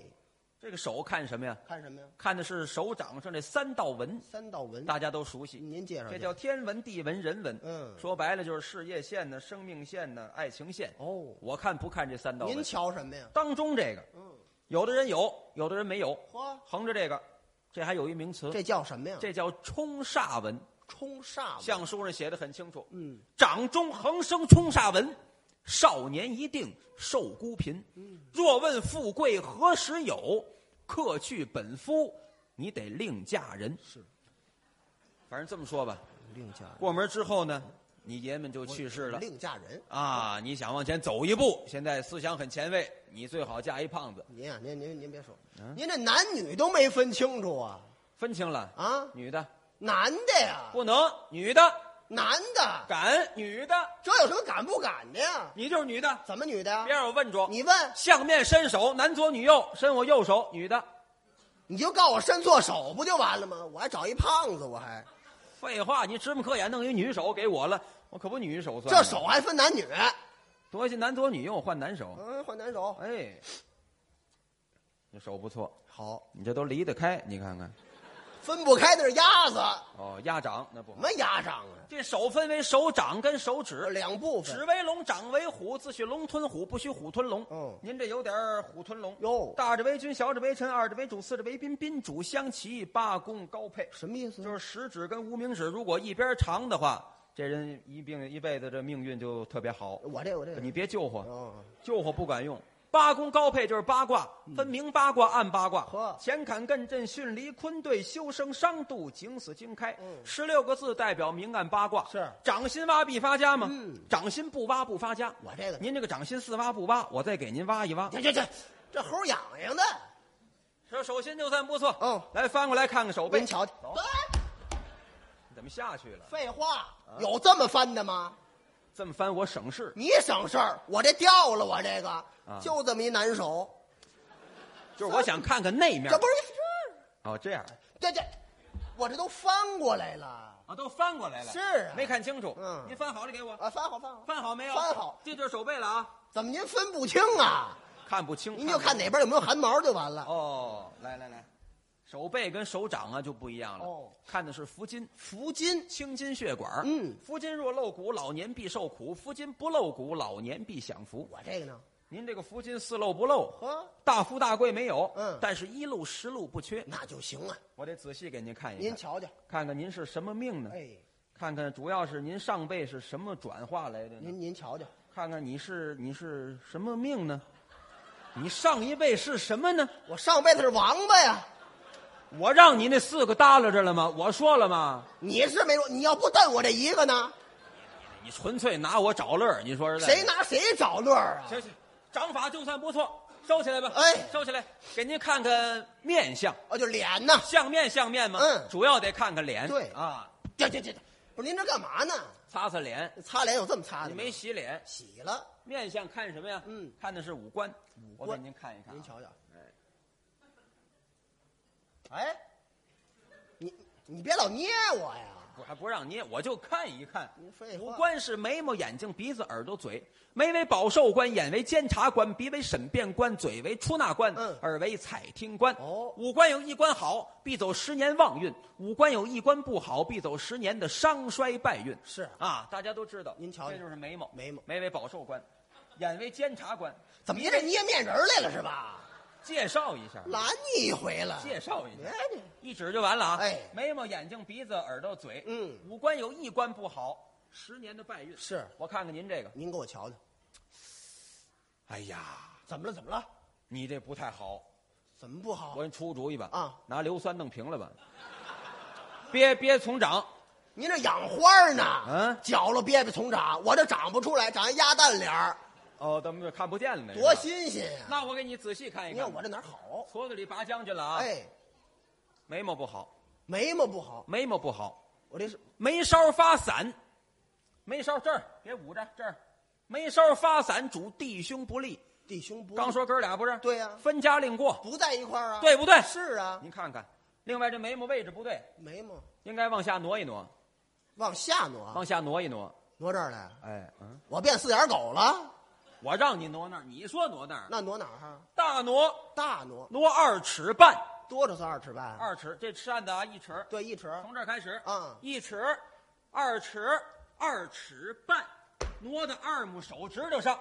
[SPEAKER 2] 这个手看什么呀？
[SPEAKER 3] 看什么呀？
[SPEAKER 2] 看的是手掌上这三道纹，
[SPEAKER 3] 三道纹，
[SPEAKER 2] 大家都熟悉。
[SPEAKER 3] 您介绍
[SPEAKER 2] 这
[SPEAKER 3] 介
[SPEAKER 2] 叫
[SPEAKER 3] 绍。
[SPEAKER 2] 天文、地文、人文。
[SPEAKER 3] 嗯
[SPEAKER 2] 说白了就是事业线呢、生命线呢、爱情线。
[SPEAKER 3] 哦
[SPEAKER 2] 我看不看这三道
[SPEAKER 3] 您
[SPEAKER 2] 纹？
[SPEAKER 3] 瞧什么呀？
[SPEAKER 2] 当中这个，
[SPEAKER 3] 嗯，
[SPEAKER 2] 有的人有，有的人没有。
[SPEAKER 3] 嚯，
[SPEAKER 2] 横着这个，这还有一名词，
[SPEAKER 3] 这叫什么呀？
[SPEAKER 2] 这叫冲煞纹。
[SPEAKER 3] 冲煞嘛
[SPEAKER 2] 相书上写的很清楚，
[SPEAKER 3] 嗯，
[SPEAKER 2] 掌中横生冲煞纹，少年一定受孤贫。
[SPEAKER 3] 嗯
[SPEAKER 2] 若问富贵何时有，客去本夫，你得另嫁人。
[SPEAKER 3] 是，
[SPEAKER 2] 反正这么说吧，
[SPEAKER 3] 另嫁
[SPEAKER 2] 过门之后呢，你爷们就去世了。
[SPEAKER 3] 另嫁人。
[SPEAKER 2] 啊，你想往前走一步，现在思想很前卫，你最好嫁一胖子。
[SPEAKER 3] 您呀、啊您您您别说，
[SPEAKER 2] 嗯
[SPEAKER 3] 您这男女都没分清楚啊
[SPEAKER 2] 分清了，
[SPEAKER 3] 啊，
[SPEAKER 2] 女的
[SPEAKER 3] 男的呀，
[SPEAKER 2] 不能，女的
[SPEAKER 3] 男的，
[SPEAKER 2] 敢，女的
[SPEAKER 3] 这有什么敢不敢的呀？
[SPEAKER 2] 你就是女的，
[SPEAKER 3] 怎么女的呀
[SPEAKER 2] 别？让我问住。
[SPEAKER 3] 你问，
[SPEAKER 2] 相面伸手，男左女右，伸我右手，女的。
[SPEAKER 3] 你就告我伸错手不就完了吗？我还找一胖子，我还
[SPEAKER 2] 废话，你直目可眼弄一女手给我了，我可不女手算了。
[SPEAKER 3] 这手还分男女，
[SPEAKER 2] 多些男左女右换男手，
[SPEAKER 3] 嗯，换男手
[SPEAKER 2] 哎，你手不错，
[SPEAKER 3] 好，
[SPEAKER 2] 你这都离得开，你看看。
[SPEAKER 3] 分不开那是鸭子，
[SPEAKER 2] 哦，压掌那不
[SPEAKER 3] 什
[SPEAKER 2] 好。
[SPEAKER 3] 么鸭掌啊？
[SPEAKER 2] 这手分为手掌跟手指
[SPEAKER 3] 这，两部
[SPEAKER 2] 指
[SPEAKER 3] 分
[SPEAKER 2] 为龙，掌为虎，自诩龙吞虎，不许虎吞龙。
[SPEAKER 3] 嗯
[SPEAKER 2] 您这有点儿虎吞龙。
[SPEAKER 3] 哟，
[SPEAKER 2] 大者为君，小者为臣，二者为主，四者为宾，宾主相齐，八公高配。
[SPEAKER 3] 什么意思？
[SPEAKER 2] 就是食指跟无名指，如果一边长的话，这人一病一辈子这命运就特别好。
[SPEAKER 3] 我这我这
[SPEAKER 2] 你别救火，
[SPEAKER 3] 哦，
[SPEAKER 2] 救火不管用。八宫高配就是八卦，分明八卦、暗八卦
[SPEAKER 3] 嗯呵。
[SPEAKER 2] 乾坎艮震巽离坤兑修生伤度井死经开
[SPEAKER 3] 嗯，
[SPEAKER 2] 十六个字代表明暗八卦。
[SPEAKER 3] 是
[SPEAKER 2] 掌心挖必发家吗？
[SPEAKER 3] 嗯
[SPEAKER 2] 掌心不挖不发家。
[SPEAKER 3] 我这个
[SPEAKER 2] 您这个掌心四挖不挖，我再给您挖一挖。
[SPEAKER 3] 这这这这猴痒痒的，
[SPEAKER 2] 说手心就算不错。
[SPEAKER 3] 嗯
[SPEAKER 2] 来翻过来看看手背
[SPEAKER 3] 您，瞧瞧，
[SPEAKER 2] 走
[SPEAKER 3] 哎
[SPEAKER 2] 怎么下去了？
[SPEAKER 3] 废话，有这么翻的吗？
[SPEAKER 2] 这么翻我省事，
[SPEAKER 3] 你省事儿，我这掉了，我这个就这么一难手，
[SPEAKER 2] 就是我想看看那面。
[SPEAKER 3] 这不是是
[SPEAKER 2] 哦，这样
[SPEAKER 3] 这这，我这都翻过来了
[SPEAKER 2] 啊，都翻过来了。
[SPEAKER 3] 是啊
[SPEAKER 2] 没看清楚。
[SPEAKER 3] 嗯
[SPEAKER 2] 您翻好了给我，
[SPEAKER 3] 啊！翻好翻好，
[SPEAKER 2] 翻好没有？
[SPEAKER 3] 翻好，
[SPEAKER 2] 这就是手背了啊，
[SPEAKER 3] 怎么您分不清啊？
[SPEAKER 2] 看不清。
[SPEAKER 3] 您就看
[SPEAKER 2] 不清
[SPEAKER 3] 哪边有没有汗毛就完了。
[SPEAKER 2] 哦哦，来来来，手背跟手掌啊就不一样了。
[SPEAKER 3] 哦，
[SPEAKER 2] 看的是福筋，
[SPEAKER 3] 福筋
[SPEAKER 2] 清筋血管。
[SPEAKER 3] 嗯，
[SPEAKER 2] 福筋若露骨，老年必受苦；福筋不露骨，老年必享福。
[SPEAKER 3] 我这个呢？
[SPEAKER 2] 您这个福筋似露不露，
[SPEAKER 3] 呵，
[SPEAKER 2] 大富大贵没有，
[SPEAKER 3] 嗯
[SPEAKER 2] 但是一路十路不缺。
[SPEAKER 3] 那就行了。
[SPEAKER 2] 我得仔细给您看一看，
[SPEAKER 3] 您瞧瞧，
[SPEAKER 2] 看看您是什么命呢？
[SPEAKER 3] 哎，
[SPEAKER 2] 看看主要是您上辈是什么转化来的呢？
[SPEAKER 3] 您您瞧瞧，
[SPEAKER 2] 看看你是你是什么命呢？你上一辈是什么呢？
[SPEAKER 3] 我上辈子是王八呀！
[SPEAKER 2] 我让你那四个耷拉着了吗？我说了吗？
[SPEAKER 3] 你是没说，你要不瞪我这一个呢？
[SPEAKER 2] 你纯粹拿我找乐儿，你说是
[SPEAKER 3] 谁？拿谁找乐儿啊？
[SPEAKER 2] 行行，掌法就算不错，收起来吧。
[SPEAKER 3] 哎
[SPEAKER 2] 收起来，给您看看面相，
[SPEAKER 3] 哦，就脸呢？
[SPEAKER 2] 相面相面嘛。
[SPEAKER 3] 嗯
[SPEAKER 2] 主要得看看脸。
[SPEAKER 3] 对
[SPEAKER 2] 啊，
[SPEAKER 3] 这这这，不是您这干嘛呢？
[SPEAKER 2] 擦擦脸。
[SPEAKER 3] 擦脸有这么擦的
[SPEAKER 2] 你
[SPEAKER 3] 吗？
[SPEAKER 2] 没洗啊脸，
[SPEAKER 3] 洗了？
[SPEAKER 2] 面相看什么呀？
[SPEAKER 3] 嗯
[SPEAKER 2] 看的是五官。五
[SPEAKER 3] 官
[SPEAKER 2] 我给您看一看啊。
[SPEAKER 3] 您瞧瞧，哎，哎，你你别老捏我呀！
[SPEAKER 2] 我还不让捏，我就看一看。
[SPEAKER 3] 您废话
[SPEAKER 2] 五官是眉毛、眼睛、鼻子、耳朵、嘴。眉为保寿官，眼为监察官，鼻为审辩官，嘴为出纳官，
[SPEAKER 3] 嗯
[SPEAKER 2] 耳为采听官。
[SPEAKER 3] 哦
[SPEAKER 2] 五官有一官好，必走十年旺运；五官有一官不好，必走十年的伤衰败运。
[SPEAKER 3] 是
[SPEAKER 2] 啊，大家都知道。
[SPEAKER 3] 您瞧瞧
[SPEAKER 2] 这就是眉毛，
[SPEAKER 3] 眉毛
[SPEAKER 2] 眉为保寿官，眼为监察官。
[SPEAKER 3] 怎么您这捏面人儿来了是吧？
[SPEAKER 2] 介绍一下，
[SPEAKER 3] 拦你一回了。
[SPEAKER 2] 介绍一下。
[SPEAKER 3] 哎你
[SPEAKER 2] 一指就完了啊！
[SPEAKER 3] 哎
[SPEAKER 2] 眉毛、眼睛、鼻子、耳朵、嘴，
[SPEAKER 3] 嗯
[SPEAKER 2] 五官有一官不好，十年的败运。
[SPEAKER 3] 是
[SPEAKER 2] 我看看您这个，
[SPEAKER 3] 您给我瞧瞧，
[SPEAKER 2] 哎呀，
[SPEAKER 3] 怎么了？怎么了？
[SPEAKER 2] 你这不太好，
[SPEAKER 3] 怎么不好
[SPEAKER 2] 我？给你出个主意吧，
[SPEAKER 3] 哦啊，
[SPEAKER 2] 拿硫酸弄平了吧，别别重长，
[SPEAKER 3] 您这养花呢？
[SPEAKER 2] 嗯
[SPEAKER 3] 角落憋憋从长，我这长不出来，长一鸭蛋脸儿，
[SPEAKER 2] 哦，咱们就看不见了呢，
[SPEAKER 3] 多
[SPEAKER 2] 是吧
[SPEAKER 3] 新鲜呀、
[SPEAKER 2] 那我给你仔细看一
[SPEAKER 3] 你
[SPEAKER 2] 看，
[SPEAKER 3] 看我这哪儿好？
[SPEAKER 2] 矬子里拔将军了哎啊！，
[SPEAKER 3] 哎，
[SPEAKER 2] 眉毛不好，
[SPEAKER 3] 眉毛不好，
[SPEAKER 2] 眉毛不好，
[SPEAKER 3] 我这是
[SPEAKER 2] 眉梢发散，眉梢这儿别捂着这儿，眉梢发散主弟兄不利。
[SPEAKER 3] 弟兄不
[SPEAKER 2] 刚说哥俩不是？
[SPEAKER 3] 对呀
[SPEAKER 2] 分家另过，
[SPEAKER 3] 不在一块儿啊？
[SPEAKER 2] 对不对？
[SPEAKER 3] 是啊，
[SPEAKER 2] 您看看，另外这眉毛位置不对，
[SPEAKER 3] 眉毛
[SPEAKER 2] 应该往下挪一挪，
[SPEAKER 3] 往下挪，
[SPEAKER 2] 往下挪一挪。
[SPEAKER 3] 挪这儿来，
[SPEAKER 2] 哎，嗯，
[SPEAKER 3] 我变四眼狗了，
[SPEAKER 2] 我让你挪那儿，你说挪那儿，
[SPEAKER 3] 那挪哪儿啊？
[SPEAKER 2] 大挪
[SPEAKER 3] 大挪，
[SPEAKER 2] 挪二尺半，
[SPEAKER 3] 多少算二尺半？
[SPEAKER 2] 二尺，这扇子啊一尺，
[SPEAKER 3] 对一尺，
[SPEAKER 2] 从这儿开始
[SPEAKER 3] 嗯
[SPEAKER 2] 一尺，二尺，二尺半，挪到二拇手指头上，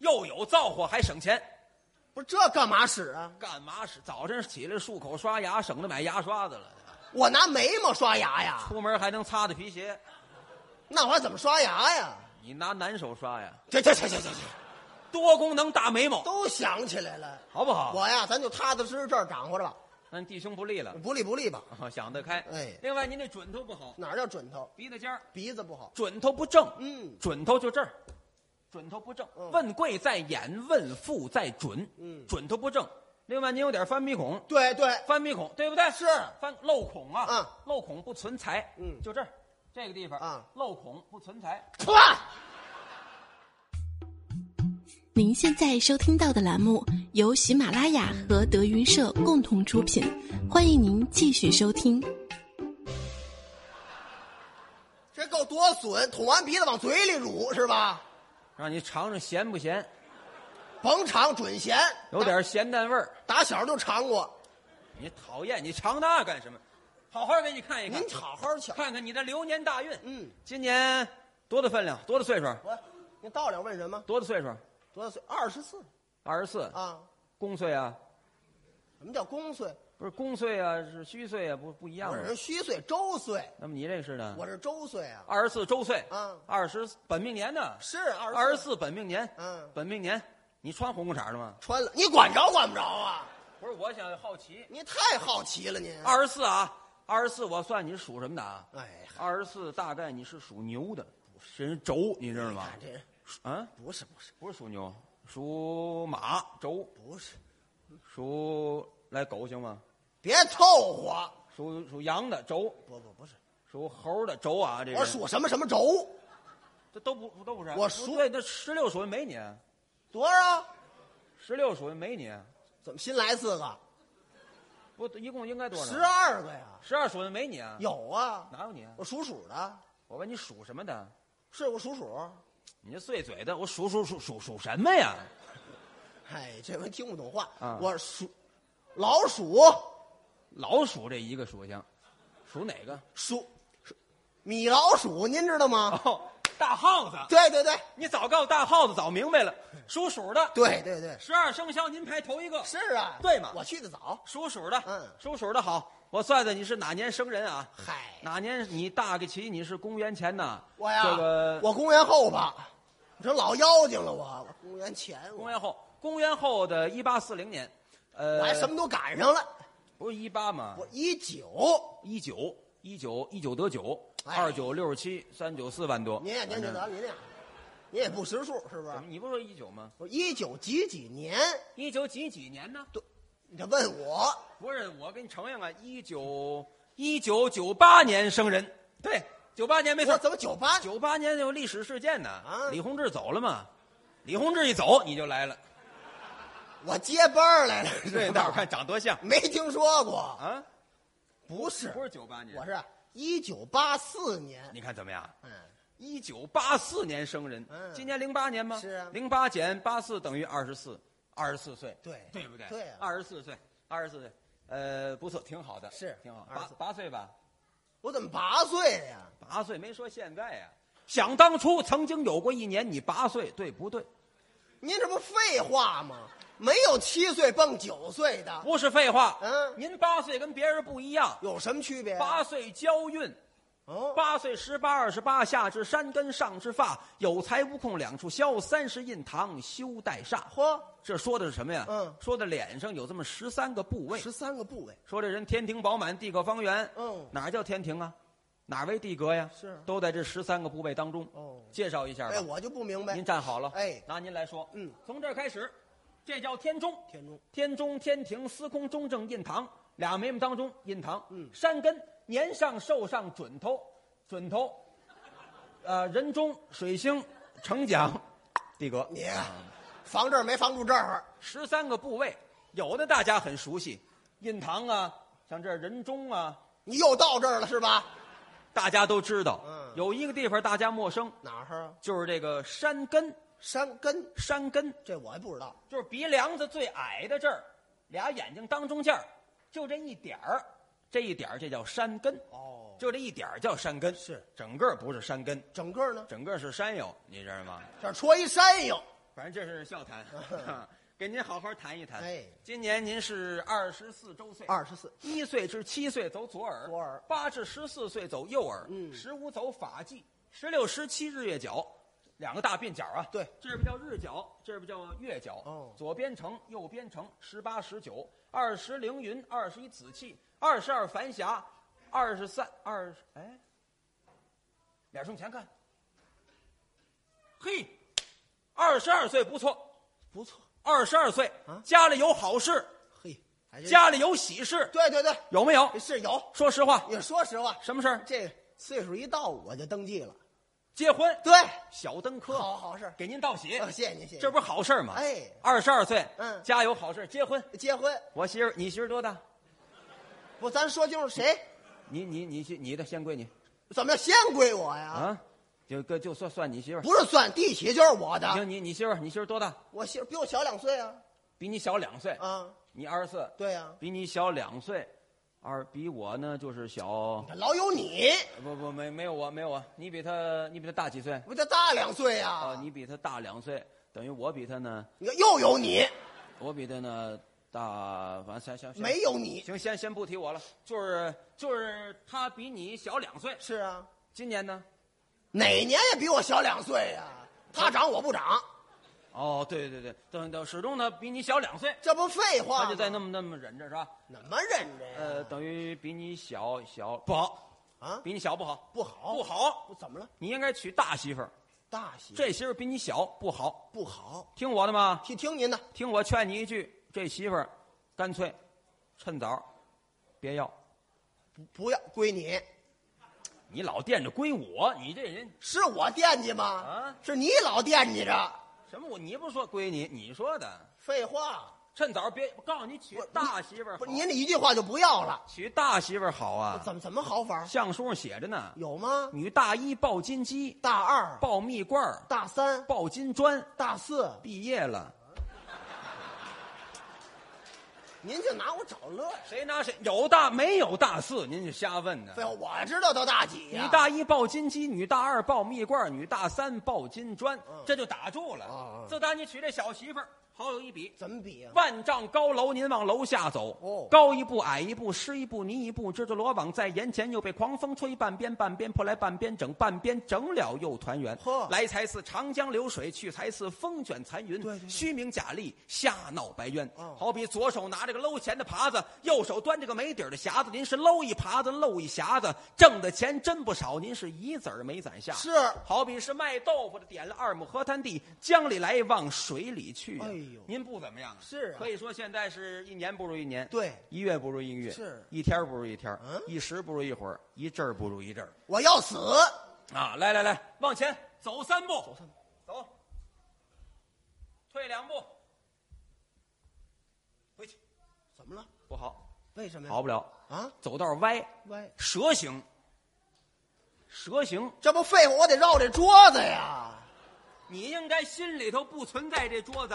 [SPEAKER 2] 又有造化还省钱，
[SPEAKER 3] 不是这干嘛使啊？
[SPEAKER 2] 干嘛使？早晨起来漱口刷牙，省得买牙刷子了，
[SPEAKER 3] 我拿眉毛刷牙呀，
[SPEAKER 2] 出门还能擦擦皮鞋，
[SPEAKER 3] 那我还怎么刷牙呀？
[SPEAKER 2] 你拿男手刷呀？
[SPEAKER 3] 这这这这这这
[SPEAKER 2] 多功能大眉毛，
[SPEAKER 3] 都想起来了。
[SPEAKER 2] 好不好？
[SPEAKER 3] 我呀，咱就踏踏实实这儿长活着吧，
[SPEAKER 2] 那弟兄不利了，
[SPEAKER 3] 不利不利吧？
[SPEAKER 2] 啊想得开。
[SPEAKER 3] 哎
[SPEAKER 2] 另外您这准头不好，
[SPEAKER 3] 哪儿叫准头？
[SPEAKER 2] 鼻子尖儿，
[SPEAKER 3] 鼻子不好。
[SPEAKER 2] 准头不正，
[SPEAKER 3] 嗯
[SPEAKER 2] 准头就这儿，准头不正。
[SPEAKER 3] 嗯
[SPEAKER 2] 问贵在眼，问富在准，
[SPEAKER 3] 嗯
[SPEAKER 2] 准头不正。另外您有点翻鼻孔，
[SPEAKER 3] 对对，
[SPEAKER 2] 翻鼻孔对不对？
[SPEAKER 3] 是
[SPEAKER 2] 翻漏孔啊，
[SPEAKER 3] 嗯，
[SPEAKER 2] 漏孔不存财，
[SPEAKER 3] 嗯
[SPEAKER 2] 就这儿这个地方
[SPEAKER 3] 啊，
[SPEAKER 2] 漏孔不存财。
[SPEAKER 3] 唰。
[SPEAKER 4] 您现在收听到的栏目由喜马拉雅和德云社共同出品，欢迎您继续收听。
[SPEAKER 3] 这够多损！捅完鼻子往嘴里乳是吧？
[SPEAKER 2] 让你尝尝咸不咸，
[SPEAKER 3] 甭尝准咸，
[SPEAKER 2] 有点咸淡味儿。
[SPEAKER 3] 打打小就尝过。
[SPEAKER 2] 你讨厌，你尝那干什么？好好给你看一看
[SPEAKER 3] 您，好好瞧，
[SPEAKER 2] 看看你的流年大运。
[SPEAKER 3] 嗯，
[SPEAKER 2] 今年多大分量？多大岁数？
[SPEAKER 3] 我您到了问什么？
[SPEAKER 2] 多大岁数？
[SPEAKER 3] 多少岁？二十四
[SPEAKER 2] 二十四，
[SPEAKER 3] 啊？
[SPEAKER 2] 公岁啊？
[SPEAKER 3] 什么叫公岁？
[SPEAKER 2] 不是公岁啊，是虚岁啊，不不一样
[SPEAKER 3] 我
[SPEAKER 2] 吗？
[SPEAKER 3] 是虚岁周岁，
[SPEAKER 2] 那么你这个是呢？
[SPEAKER 3] 我是周岁啊。
[SPEAKER 2] 二十四周岁
[SPEAKER 3] 啊
[SPEAKER 2] 二十本命年呢？
[SPEAKER 3] 是二
[SPEAKER 2] 二十四本命年，
[SPEAKER 3] 嗯
[SPEAKER 2] 本命年，你穿红裤衩了吗？
[SPEAKER 3] 穿了，你管着管不着啊？
[SPEAKER 2] 不是，我想好奇，
[SPEAKER 3] 你太好奇了您。
[SPEAKER 2] 二十四啊，二十四，我算你是属什么的啊？
[SPEAKER 3] 哎，
[SPEAKER 2] 二十四大概你是属牛的，这人轴，你知道吗
[SPEAKER 3] 看？哎这
[SPEAKER 2] 啊，
[SPEAKER 3] 不是不是
[SPEAKER 2] 不是属牛，属马轴，
[SPEAKER 3] 不是，
[SPEAKER 2] 属来狗行吗？
[SPEAKER 3] 别凑合。
[SPEAKER 2] 属属羊的轴，
[SPEAKER 3] 不不不是，
[SPEAKER 2] 属猴的轴啊，这个
[SPEAKER 3] 我属什么什么轴？
[SPEAKER 2] 这都不都不是。
[SPEAKER 3] 我属
[SPEAKER 2] 不对，那十六属于没你，
[SPEAKER 3] 多少？
[SPEAKER 2] 十六属于没你，
[SPEAKER 3] 怎么新来四个？
[SPEAKER 2] 不一共应该多少？
[SPEAKER 3] 十，二个呀？
[SPEAKER 2] 十二属于没你啊？
[SPEAKER 3] 有啊，
[SPEAKER 2] 哪有你啊？
[SPEAKER 3] 我属鼠的，
[SPEAKER 2] 我问你属什么的？
[SPEAKER 3] 是我属鼠。
[SPEAKER 2] 你这碎嘴的，我属属属属属什么呀？
[SPEAKER 3] 哎，这回听不懂话
[SPEAKER 2] 啊
[SPEAKER 3] 我属老鼠，
[SPEAKER 2] 老鼠这一个属相，属哪个？
[SPEAKER 3] 鼠，鼠米老鼠，您知道吗？
[SPEAKER 2] 哦，大耗子。
[SPEAKER 3] 对对对
[SPEAKER 2] 你早告诉大耗子，早明白了，属鼠的。
[SPEAKER 3] 对对对，
[SPEAKER 2] 十二生肖您排头一个，
[SPEAKER 3] 是啊，
[SPEAKER 2] 对嘛
[SPEAKER 3] 我去的早，
[SPEAKER 2] 属鼠的。
[SPEAKER 3] 嗯
[SPEAKER 2] 属鼠的好，我算算你是哪年生人啊？
[SPEAKER 3] 嗨，
[SPEAKER 2] 哪年你大概齐？你是公元前呐？
[SPEAKER 3] 我呀，
[SPEAKER 2] 这个
[SPEAKER 3] 我公元后吧，你说老妖精了我，我公元前我，
[SPEAKER 2] 公元后，公元后的一八四零年，呃，
[SPEAKER 3] 我还什么都赶上了，
[SPEAKER 2] 不是一八吗？
[SPEAKER 3] 我一九，
[SPEAKER 2] 一九一九一九得九，
[SPEAKER 3] 哎
[SPEAKER 2] 二九六十七，三九四万多。
[SPEAKER 3] 您也您
[SPEAKER 2] 反
[SPEAKER 3] 也
[SPEAKER 2] 正
[SPEAKER 3] 咱您俩，您也不识数是不
[SPEAKER 2] 怎
[SPEAKER 3] 是
[SPEAKER 2] 么？你不说一九吗？
[SPEAKER 3] 我一九几几年？
[SPEAKER 2] 一九几几年呢？
[SPEAKER 3] 对，你这问我，
[SPEAKER 2] 不是，我给你承认啊，一九一九九八年生人，对，九八年没错
[SPEAKER 3] 我。怎么九八？
[SPEAKER 2] 九八年有历史事件呢，
[SPEAKER 3] 啊
[SPEAKER 2] 李洪志走了嘛，李洪志一走你就来了，
[SPEAKER 3] 我接班儿来了，
[SPEAKER 2] 对，
[SPEAKER 3] 是
[SPEAKER 2] 那我
[SPEAKER 3] 吧
[SPEAKER 2] 看长多像
[SPEAKER 3] 没听说过，
[SPEAKER 2] 啊，
[SPEAKER 3] 不是，
[SPEAKER 2] 不是九八年，
[SPEAKER 3] 我是啊一九八四年，
[SPEAKER 2] 你看怎么样？
[SPEAKER 3] 嗯，
[SPEAKER 2] 一九八四年生人，
[SPEAKER 3] 嗯
[SPEAKER 2] 今年零八年吗？
[SPEAKER 3] 是啊
[SPEAKER 2] 零八减八四等于二十四，二十四岁，
[SPEAKER 3] 对
[SPEAKER 2] 对不对？
[SPEAKER 3] 对啊
[SPEAKER 2] 二十四岁，二十四岁，呃，不错，挺好的，
[SPEAKER 3] 是
[SPEAKER 2] 挺好，
[SPEAKER 3] 24
[SPEAKER 2] 八八岁吧，
[SPEAKER 3] 我怎么八岁了呀？
[SPEAKER 2] 八岁没说现在呀、想当初曾经有过一年你八岁，对不对？
[SPEAKER 3] 您这不废话吗？没有七岁蹦九岁的，
[SPEAKER 2] 不是废话，
[SPEAKER 3] 啊嗯
[SPEAKER 2] 您八岁跟别人不一样，
[SPEAKER 3] 有什么区别？啊
[SPEAKER 2] 八岁交运。
[SPEAKER 3] 哦，
[SPEAKER 2] 八岁十八二十八，下至山根上至发，有才无空两处消，三十印堂修带煞。
[SPEAKER 3] 嚯，
[SPEAKER 2] 这说的是什么呀？
[SPEAKER 3] 嗯
[SPEAKER 2] 说的脸上有这么十三个部位。
[SPEAKER 3] 十三个部位，
[SPEAKER 2] 说这人天庭饱满，地阁方圆。
[SPEAKER 3] 嗯
[SPEAKER 2] 哪儿叫天庭啊？哪儿为地阁呀？
[SPEAKER 3] 是
[SPEAKER 2] 都在这十三个部位当中。
[SPEAKER 3] 哦
[SPEAKER 2] 介绍一下吧。
[SPEAKER 3] 哎，我就不明白。
[SPEAKER 2] 您站好了。
[SPEAKER 3] 哎
[SPEAKER 2] 拿您来说。
[SPEAKER 3] 嗯，
[SPEAKER 2] 从这儿开始，这叫天中。
[SPEAKER 3] 天中
[SPEAKER 2] 天中天庭司空中正印堂俩眉毛当中印堂，
[SPEAKER 3] 嗯
[SPEAKER 2] 山根年上寿上准头，准头，呃，人中水星成讲，地格
[SPEAKER 3] 你啊防这儿没防住这儿，
[SPEAKER 2] 十三个部位，有的大家很熟悉，印堂啊，像这儿人中啊，
[SPEAKER 3] 你又到这儿了是吧？
[SPEAKER 2] 大家都知道，
[SPEAKER 3] 嗯
[SPEAKER 2] 有一个地方大家陌生，
[SPEAKER 3] 哪儿啊？
[SPEAKER 2] 就是这个山根，
[SPEAKER 3] 山根，
[SPEAKER 2] 山根
[SPEAKER 3] 这我还不知道。
[SPEAKER 2] 就是鼻梁子最矮的这儿，俩眼睛当中间儿，就这一点儿，这一点儿这叫山根。
[SPEAKER 3] 哦，
[SPEAKER 2] 就这一点儿叫山根，
[SPEAKER 3] 是
[SPEAKER 2] 整个不是山根，
[SPEAKER 3] 整个呢，
[SPEAKER 2] 整个是山友，你知道吗？
[SPEAKER 3] 这儿戳一山药，
[SPEAKER 2] 反正这是笑谈， 给您好好谈一谈。
[SPEAKER 3] 嗯哎
[SPEAKER 2] 今年您是二十四周岁，
[SPEAKER 3] 二十四，
[SPEAKER 2] 一岁至七岁走左耳，
[SPEAKER 3] 左耳
[SPEAKER 2] 八至十四岁走右耳，
[SPEAKER 3] 嗯
[SPEAKER 2] 十五走法际，十六十七日月角，两个大鬓角啊，
[SPEAKER 3] 对
[SPEAKER 2] 这边叫日角，这边叫月角，
[SPEAKER 3] 哦
[SPEAKER 2] 左边成，右边成，十八十九，二十凌云，二十一紫气，二十二繁霞，二十三二十哎，脸冲前看，嘿，二十二岁不错，
[SPEAKER 3] 不错。
[SPEAKER 2] 二十二岁、
[SPEAKER 3] 啊哎
[SPEAKER 2] 家里有好事，
[SPEAKER 3] 嘿，还真
[SPEAKER 2] 家里有喜事，
[SPEAKER 3] 对对对，
[SPEAKER 2] 有没有？
[SPEAKER 3] 是有。
[SPEAKER 2] 说实话，
[SPEAKER 3] 你说实话，
[SPEAKER 2] 什么事儿？
[SPEAKER 3] 这岁数一到我就登记了。
[SPEAKER 2] 结婚，
[SPEAKER 3] 对，
[SPEAKER 2] 小登科，
[SPEAKER 3] 好好事儿，
[SPEAKER 2] 给您道喜，
[SPEAKER 3] 啊谢谢您，谢谢您。
[SPEAKER 2] 这不是好事儿吗？
[SPEAKER 3] 哎
[SPEAKER 2] 二十二岁，
[SPEAKER 3] 嗯
[SPEAKER 2] 家有好事，结婚。
[SPEAKER 3] 结婚
[SPEAKER 2] 我媳妇儿，你媳妇儿多大？
[SPEAKER 3] 不？咱说清楚谁
[SPEAKER 2] 你你你媳你的先归你
[SPEAKER 3] 怎么先归我呀？
[SPEAKER 2] 啊，就跟就算算你媳妇儿。
[SPEAKER 3] 不是啊算地起就是我的，
[SPEAKER 2] 行，你你媳妇儿，你媳妇儿多大？
[SPEAKER 3] 我媳妇比我小两岁啊。
[SPEAKER 2] 比你小两岁，
[SPEAKER 3] 啊，
[SPEAKER 2] 你二十四，
[SPEAKER 3] 对啊呀、
[SPEAKER 2] 比你小两岁，二比我呢就是小，
[SPEAKER 3] 老有你，
[SPEAKER 2] 不不没没有我没有我，你比她你比她大几岁？
[SPEAKER 3] 不就大两岁呀、
[SPEAKER 2] 啊，你比她大两岁，等于我比她呢，
[SPEAKER 3] 哦你看又有你，
[SPEAKER 2] 我比她呢大，完行行行，
[SPEAKER 3] 没有你，
[SPEAKER 2] 行，先先不提我了，就是就是他比你小两岁，
[SPEAKER 3] 是啊，
[SPEAKER 2] 今年呢？
[SPEAKER 3] 哪年也比我小两岁呀、他长我不长，
[SPEAKER 2] 哦，对对对，等等，始终呢比你小两岁，
[SPEAKER 3] 这不废话
[SPEAKER 2] 他
[SPEAKER 3] 吗
[SPEAKER 2] 就在那么那么忍着是吧？
[SPEAKER 3] 怎么忍着呀？
[SPEAKER 2] 呃，等于比你小小不好，
[SPEAKER 3] 啊，
[SPEAKER 2] 比你小不好，
[SPEAKER 3] 不好
[SPEAKER 2] 不好，
[SPEAKER 3] 不怎么了？
[SPEAKER 2] 你应该娶大媳妇儿，
[SPEAKER 3] 大媳妇
[SPEAKER 2] 这媳妇儿比你小不好，
[SPEAKER 3] 不好，
[SPEAKER 2] 听我的吗？
[SPEAKER 3] 听听您的，
[SPEAKER 2] 听我劝你一句，这媳妇儿干脆趁早别要，
[SPEAKER 3] 不不要归你，
[SPEAKER 2] 你老惦着归我，你这人
[SPEAKER 3] 是我惦记吗？
[SPEAKER 2] 啊
[SPEAKER 3] 是你老惦记着，
[SPEAKER 2] 什么我你不说归你，你说的。
[SPEAKER 3] 废话，
[SPEAKER 2] 趁早别，我告诉你，娶
[SPEAKER 3] 不是
[SPEAKER 2] 大媳妇儿好
[SPEAKER 3] 不是您这一句话就不要了，
[SPEAKER 2] 娶大媳妇儿好啊！
[SPEAKER 3] 怎么怎么好法？
[SPEAKER 2] 相书上写着呢，
[SPEAKER 3] 有吗？
[SPEAKER 2] 女大一抱金鸡，
[SPEAKER 3] 大二、
[SPEAKER 2] 抱蜜罐儿，
[SPEAKER 3] 大三、
[SPEAKER 2] 抱金砖，
[SPEAKER 3] 大四，
[SPEAKER 2] 毕业了。
[SPEAKER 3] 您就拿我找乐呀。
[SPEAKER 2] 谁拿谁有大没有大四？您就瞎问呢
[SPEAKER 3] 废。话，我知道都大几
[SPEAKER 2] 女
[SPEAKER 3] 呀、
[SPEAKER 2] 大一抱金鸡，女大二抱蜜罐，女大三抱金砖，这就打住了。
[SPEAKER 3] 啊啊
[SPEAKER 2] 自打你娶这小媳妇儿，好有一比。
[SPEAKER 3] 怎么比呀、
[SPEAKER 2] 万丈高楼，您往楼下走。
[SPEAKER 3] 哦
[SPEAKER 2] 高一步，矮一步，湿一步，泥一步。支着罗网在眼前，又被狂风吹半边，半边破来半边整，半边整了又团圆
[SPEAKER 3] 呵。
[SPEAKER 2] 来才似长江流水，去才似风卷残云。
[SPEAKER 3] 对对对
[SPEAKER 2] 虚名假利，瞎闹白冤。
[SPEAKER 3] 哦
[SPEAKER 2] 好比左手拿着个搂钱的耙子，右手端着个没底儿的匣子。您是搂一耙子，漏一匣子，挣的钱真不少，您是一子儿没攒下。
[SPEAKER 3] 是
[SPEAKER 2] 好比是卖豆腐的点了二亩河滩地，江里来往水里去呀。
[SPEAKER 3] 哎呦
[SPEAKER 2] 您不怎么样啊？
[SPEAKER 3] 是啊
[SPEAKER 2] 可以说现在是一年不如一年，
[SPEAKER 3] 对
[SPEAKER 2] 一月不如一月，
[SPEAKER 3] 是
[SPEAKER 2] 一天不如一天，
[SPEAKER 3] 嗯
[SPEAKER 2] 一时不如一会儿，一阵儿不如一阵儿
[SPEAKER 3] 我要死！
[SPEAKER 2] 啊！来来来，往前走三步，走三步，走，退两步，回去
[SPEAKER 3] 怎么了？
[SPEAKER 2] 不好，
[SPEAKER 3] 为什么呀？
[SPEAKER 2] 好不了，
[SPEAKER 3] 啊，
[SPEAKER 2] 走道歪，
[SPEAKER 3] 歪，
[SPEAKER 2] 蛇形，蛇形，
[SPEAKER 3] 这不废话，我得绕这桌子呀。
[SPEAKER 2] 你应该心里头不存在这桌子，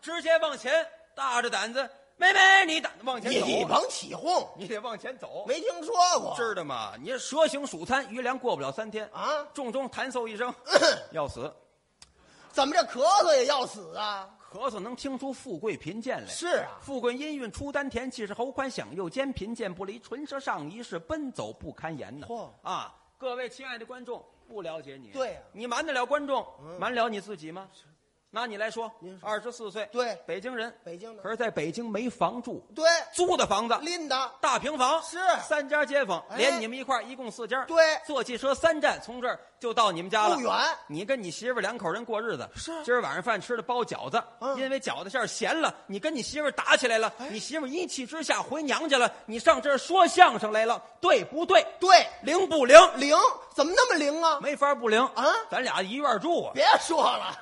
[SPEAKER 2] 直接往前，大着胆子，妹妹，你胆子往前
[SPEAKER 3] 你
[SPEAKER 2] 走，啊
[SPEAKER 3] 你甭起哄，
[SPEAKER 2] 你得往前走，
[SPEAKER 3] 没听说过。
[SPEAKER 2] 知道吗？你这蛇形鼠餐，余粮过不了三天
[SPEAKER 3] 哦啊 呃
[SPEAKER 2] 重中弹嗽一声，要死。
[SPEAKER 3] 怎么这咳嗽也要死啊？
[SPEAKER 2] 咳嗽能听出富贵贫贱来。
[SPEAKER 3] 是啊，
[SPEAKER 2] 富贵音韵出丹田，气势喉宽响右肩，贫贱不离唇舌上一世，奔走不堪言呢
[SPEAKER 3] 嚯。
[SPEAKER 2] 啊，各位亲爱的观众，不了解你，
[SPEAKER 3] 对呀啊嗯
[SPEAKER 2] 你瞒得了观众，瞒了你自己吗？拿你来说
[SPEAKER 3] 您，说
[SPEAKER 2] 二十四岁，
[SPEAKER 3] 对
[SPEAKER 2] 北京人，
[SPEAKER 3] 北京的
[SPEAKER 2] 可是在北京没房住，
[SPEAKER 3] 对，
[SPEAKER 2] 租的房子，
[SPEAKER 3] 拎的
[SPEAKER 2] 大平房
[SPEAKER 3] 是
[SPEAKER 2] 三家街坊，
[SPEAKER 3] 哎
[SPEAKER 2] 连你们一块儿一共四家。
[SPEAKER 3] 对
[SPEAKER 2] 坐汽车三站，从这儿就到你们家了。
[SPEAKER 3] 不远。
[SPEAKER 2] 你跟你媳妇儿两口人过日子，
[SPEAKER 3] 是
[SPEAKER 2] 今儿晚上饭吃的包饺子，
[SPEAKER 3] 嗯哎
[SPEAKER 2] 因为饺子馅儿咸了，你跟你媳妇儿打起来了，你媳妇儿一气之下回娘家了，你上这儿说相声来了，对不对？
[SPEAKER 3] 对，
[SPEAKER 2] 灵不灵？
[SPEAKER 3] 灵怎么那么灵啊？
[SPEAKER 2] 没法不灵
[SPEAKER 3] 啊
[SPEAKER 2] 咱俩一院住啊，
[SPEAKER 3] 别说了，